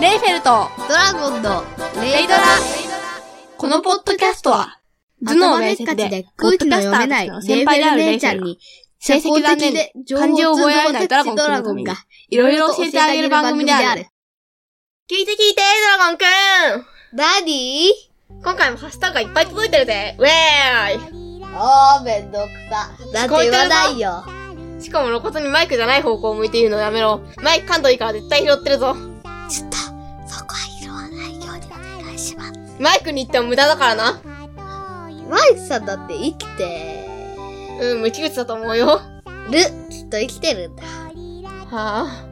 レイフェルトドラゴンのレイドラ。このポッドキャストは、頭脳頭明明晰晰でで、空空気気の読の読めなめないいレレイイフフェェルル姉姉ちちゃゃんんにに、成績残念で漢字を覚えられないドラゴンくんのために、いろいろ教えてあげる番組である。。聞いて聞いて、ドラゴンくんダディ今回もハッシュタグがいっぱい届いてるぜウェおー、めんどくさ。だって言わないよ。ーイしかも露骨にマイクじゃない方向を向いて言うのやめろ。マイク感度いいから絶対拾ってるぞ。ちょっと、そこは拾わないようにお願いします。マイクに行っても無駄だからな。マイクさんだって生きてうん、無機物だと思うよ。はる。きっと生きてるんだ。あ。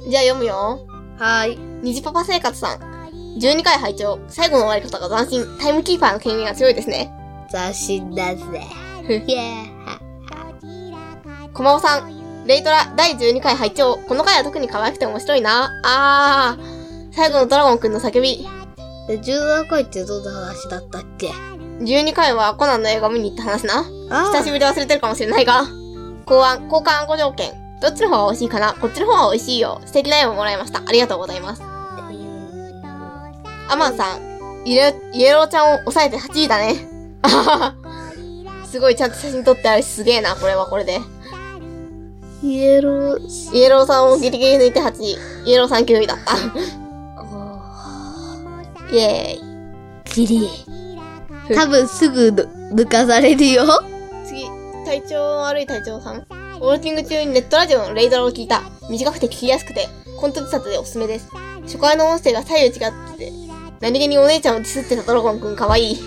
じゃあ読むよ。はーい。虹パパ生活さん。12回拝聴最後の終わり方が斬新。タイムキーパーの権限が強いですね。斬新だぜ。ふイエーイ。こまおさん。レイトラ第12回拝聴この回は特に可愛くて面白いな。あー。最後のドラゴンくんの叫び。で、17回ってどんな話だったっけ12回はコナンの映画見に行った話な。あ久しぶりで忘れてるかもしれないが。公安、交換ご条件。どっちの方が美味しいかなこっちの方が美味しいよ。素敵な絵をもらいました。ありがとうございます。アマンさん、イエイエローちゃんを抑えて8位だね。 あははすごい、ちゃんと写真撮ってあるし、すげえな、これはこれで。イエロース。イエローさんをギリギリ抜いて8位。イエローさん9位だった。イエーイ。ギリ。多分すぐぬ抜かされるよ。次、体調悪い隊長さん。ウォーキング中にネットラジオのレイドラを聞いた。短くて聞きやすくて、コント仕立てでおすすめです。初回の音声が左右違ってて、何気にお姉ちゃんをディスってたドラゴンくんかわいい。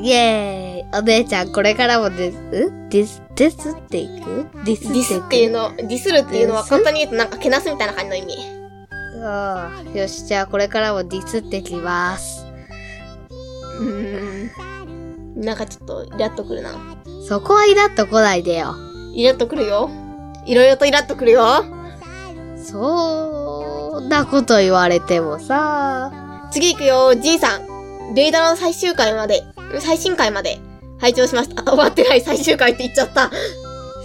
イエーイ。お姉ちゃん、これからもです。んディス、ディスっていくディスディスっていうの。の、ディスるっていうのはディス簡単に言うとなんかけなすみたいな感じの意味。ああよし、じゃあこれからもディスってきます。うーん。なんかちょっとイラっとくるな。そこはイラッと来ないでよ。イラっとくるよ。いろいろとイラっとくるよ。そんなこと言われてもさ。次行くよ、じいさん。レイダラの最終回まで、最新回まで、拝聴しました。あ、終わってない、最終回って言っちゃった。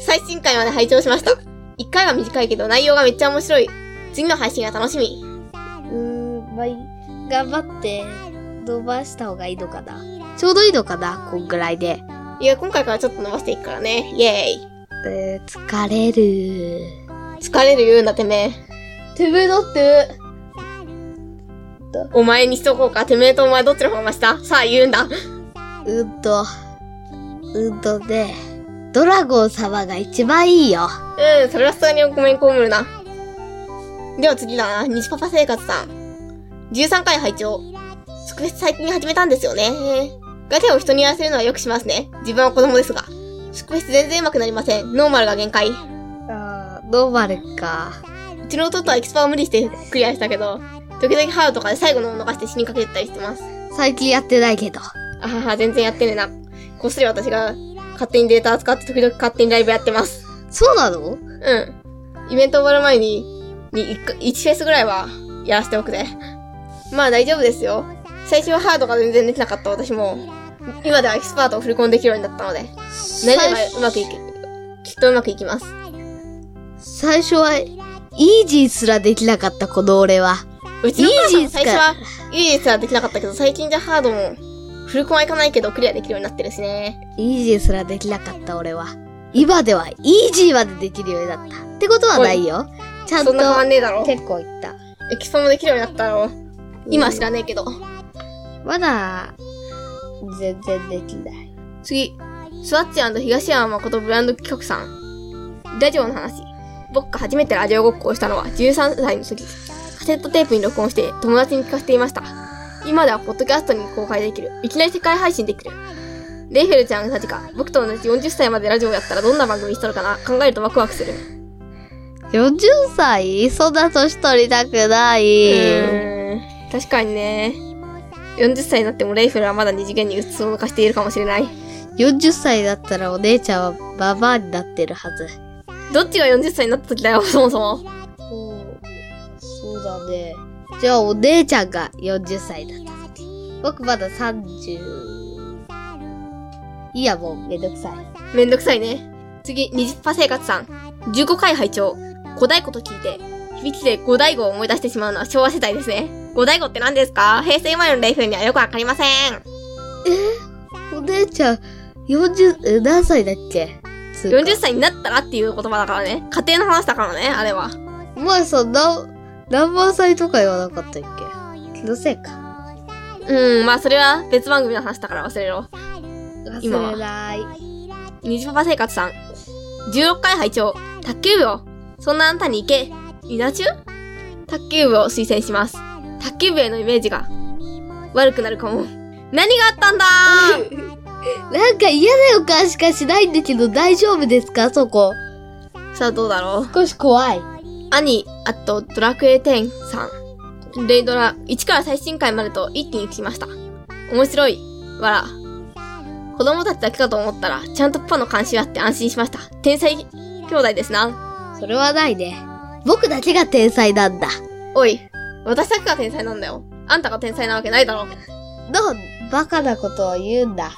最新回まで拝聴しました。1回は短いけど内容がめっちゃ面白い。次の配信が楽しみ。うーん、まあ、い頑張って伸ばした方がいいのかな。ちょうどいいのかなこんぐらいで。いや、今回からちょっと伸ばしていくからね。イエえー、疲れる。ーイ。疲れる言うんだ、てめえ。てめえだって。お前にしとこうか。てめえとお前どっちの方がマシださあ、言うんだ。うんと、うんとね、ドラゴン様が一番いいよ。うん、それはさすがにごめんこむるな。では次だな、西パパ生活さん。13回拝聴。スクフェス最近始めたんですよね。ガチャを人にやらせるのはよくしますね。自分は子供ですが。スクフェス全然上手くなりません。ノーマルが限界。うあーノーマルか。ちの弟はエキスパを無理してクリアしたけど、時々ハードとかで最後のを逃して死にかけてたりしてます。最近やってないけど。あはは、全然やってねえな。こっそり私が勝手にデータ扱って時々勝手にライブやってます。そうなのうん。イベント終わる前に、に 1, フェスぐらいはやらせておくぜ。まあ大丈夫ですよ。最初はハードが全然できなかった私も、今ではエキスパートを振り込んできるようになったので、慣れればうまくいく。きっとうまくいきます。最初は、イージーすらできなかった、この俺は。うちのお母さんイもージーっすか最初は、イージスはできなかったけど、最近じゃハードも、フルコンはいかないけど、クリアできるようになってるしね。イージーすらできなかった俺は。今ではイージーまでできるようになった。ってことはないよ。ちゃんそとんな変わんねえだろ。結構いった。エキスパもできるようになったろ。今は知らねえけど。まだ、全然できない。次、スワッチ東山誠ブランド企画さん。ラジオの話。僕が初めてラジオごっこをしたのは13歳の時。カセットテープに録音して友達に聞かせていました。今ではポッドキャストに公開できる。いきなり世界配信できる。レイフェルちゃんが確か僕と同じ40歳までラジオやったらどんな番組しとるかな考えるとワクワクする。 40歳そんな年取りたくない。うーん確かにね。40歳になってもレイフェルはまだ二次元にうつを抜かしているかもしれない。 40歳だったらお姉ちゃんはババアになってるはず。どっちが40歳になった時だよ、そもそも。そう、そうだね。じゃあお姉ちゃんが40歳だった時。僕まだ30。いいや、もうめんどくさい。めんどくさいね。次、20%生活さん。15回拝聴。小太鼓と聞いて、響きで五大号を思い出してしまうのは昭和世代ですね。五大号って何ですか平成生まれのレイフにはよくわかりません。お姉ちゃん、40、え何歳だっけつうか40歳になったらっていう言葉だからね。家庭の話だからね、あれは。お前さ、な、何番歳とか言わなかったっけのせいか。うん、まあそれは別番組の話だから忘れろ。今は忘れない。虹パパ生活さん。16回拝聴卓球部を。そんなあんたに行け。稲中卓球部を推薦します。卓球部へのイメージが悪くなるかも。何があったんだーなんか嫌な予感しかしないんだけど大丈夫ですかそこ。 さあどうだろう。少し怖い。兄、あとドラクエ10さん。レイドラ1から最新回までと一気に聞きました。面白い。わら。子供たちだけかと思ったら、ちゃんとパパの監視があって安心しました。天才兄弟ですな。それはないね。僕だけが天才なんだ。おい、私だけが天才なんだよ。あんたが天才なわけないだろ。の、バカなことを言うんだ。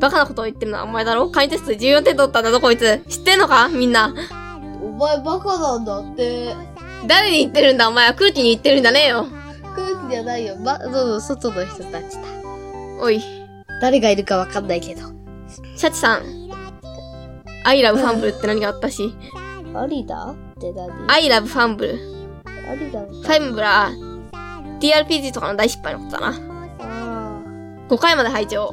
バカなことを言ってるのはお前だろ簡易テストで14点取ったんだぞこいつ。知ってんのかみんな。お前バカなんだって。誰に言ってるんだお前は空気に言ってるんじゃねえよ。空気じゃないよ。ま、どうぞ外の人たちだ。おい、誰がいるかわかんないけど。シャチさん。アイラブファンブルって何があったし。ありだって何アイラブファンブル。ありだファイムブラー、TRPG とかの大失敗のことだな。あ5回まで拝聴。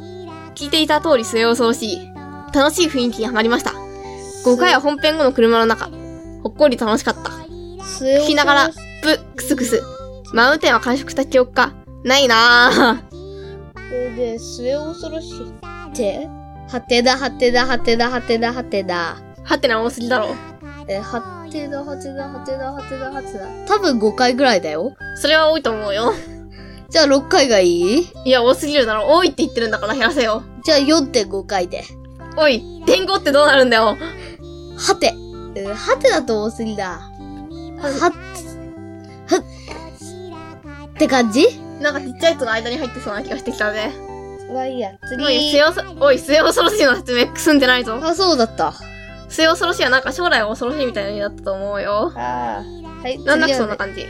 聞いていた通り末恐ろしい。楽しい雰囲気にはまりました。5回は本編後の車の中。ほっこり楽しかった。あ。末聞きながら、ぷ、くすくす。マウンテンは完食した記憶か。ないなぁ。 で、で、末恐ろしい。ってはてだはてだはてだはてだはてだ。はてな多すぎだろ。え、はてだはてだはてだはてだはてだ。多分5回ぐらいだよ。それは多いと思うよ。じゃあ6回がいいいや、多すぎるだろ。多いって言ってるんだから減らせよ。じゃあ4.5回で。おい、点5ってどうなるんだよ。はて。うんはてだと多すぎだ。はっ、はっ。って感じなんかちっちゃいとの間に入ってそうな気がしてきたね。まあいいや、次おい、末恐おい、末恐ろしいの説明くすんでないぞ。あ、そうだった。末恐ろしいはなんか将来が恐ろしいみたいな意味だったと思うよ。ああ。はい、なんだかそんな感じ。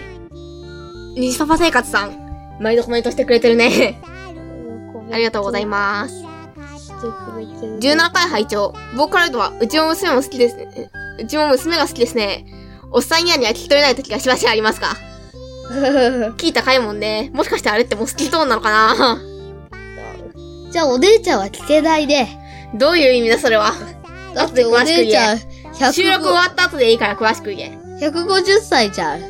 西パパ生活さん、毎度コメントしてくれてるね。 ありがとうございます。す。してくれてる 17回拝聴。ボーカロイドは、うちも娘も好きですね。うちも娘が好きですね。おっさんやには聞き取れない時がしばしばありますか聞いたかいもんね。もしかしてあれってもうスキートーンなのかなじゃあお姉ちゃんは聞けないね。どういう意味だそれは。だってお姉ちゃん150収録終わった後でいいから詳しく言え。 150歳じゃん。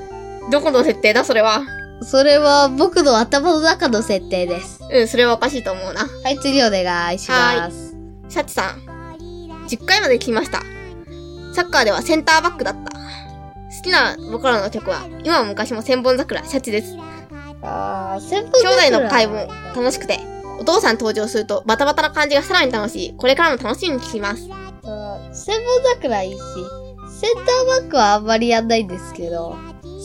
どこの設定だそれは。それは僕の頭の中の設定です。うん、それはおかしいと思うな。はい、次お願いします。シャチさん。10回まで聞きました。サッカーではセンターバックだった。好きなボカロの曲は、今も昔も千本桜、シャチです。ああ、先兄弟の会も楽しくて、お父さん登場するとバタバタな感じがさらに楽しい。これからも楽しみに聞きます。うん千本桜いいし、センターバックはあんまりやんないんですけど、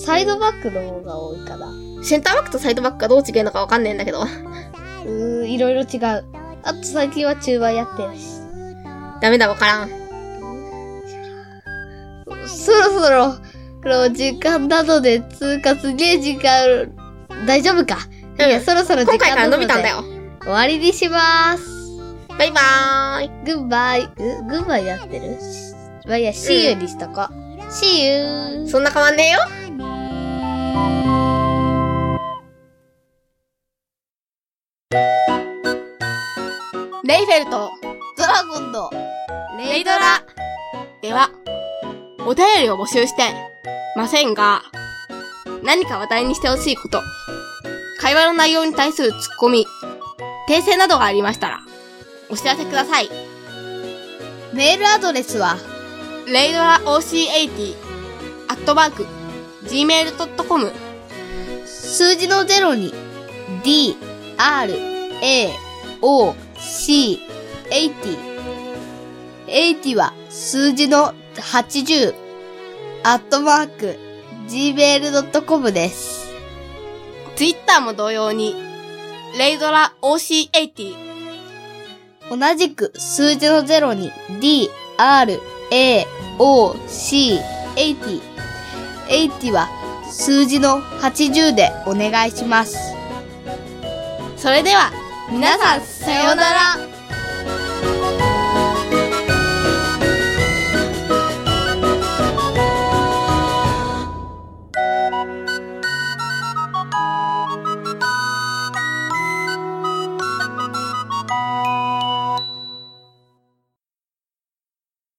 サイドバックの方が多いかな。うセンターバックとサイドバックがどう違うのかわかんねえんだけど。ーん、いろいろ違う。あと最近は中盤やってるし。ダメだわからん。そろそろ、この時間なので、通過すげえ時間、大丈夫か、うんいや、そろそろ今時回間からな伸のびでたんだ。よ。終わりにします。バイバーイ。グッバイ。う、グッバイやってるまあ、いや、See you にしとこう。See you! そんな変わんねえよ。レイフェルト、ドラゴンのレイドラ。では、お便りを募集してませんが、何か話題にしてほしいこと、会話の内容に対するツッコミ、訂正などがありましたら、お知らせください。メールアドレスは、レイドラ OC80、アットマーク、gmail.com、数字の0に D, R, A, O, C, 80。80は数字の80。アットマーク、gmail.com です。ツイッターも同様に、レイドラ OC80、同じく数字の0に D, R, A, O, C, 80。80は数字の80でお願いします。それでは、皆さん、さようなら。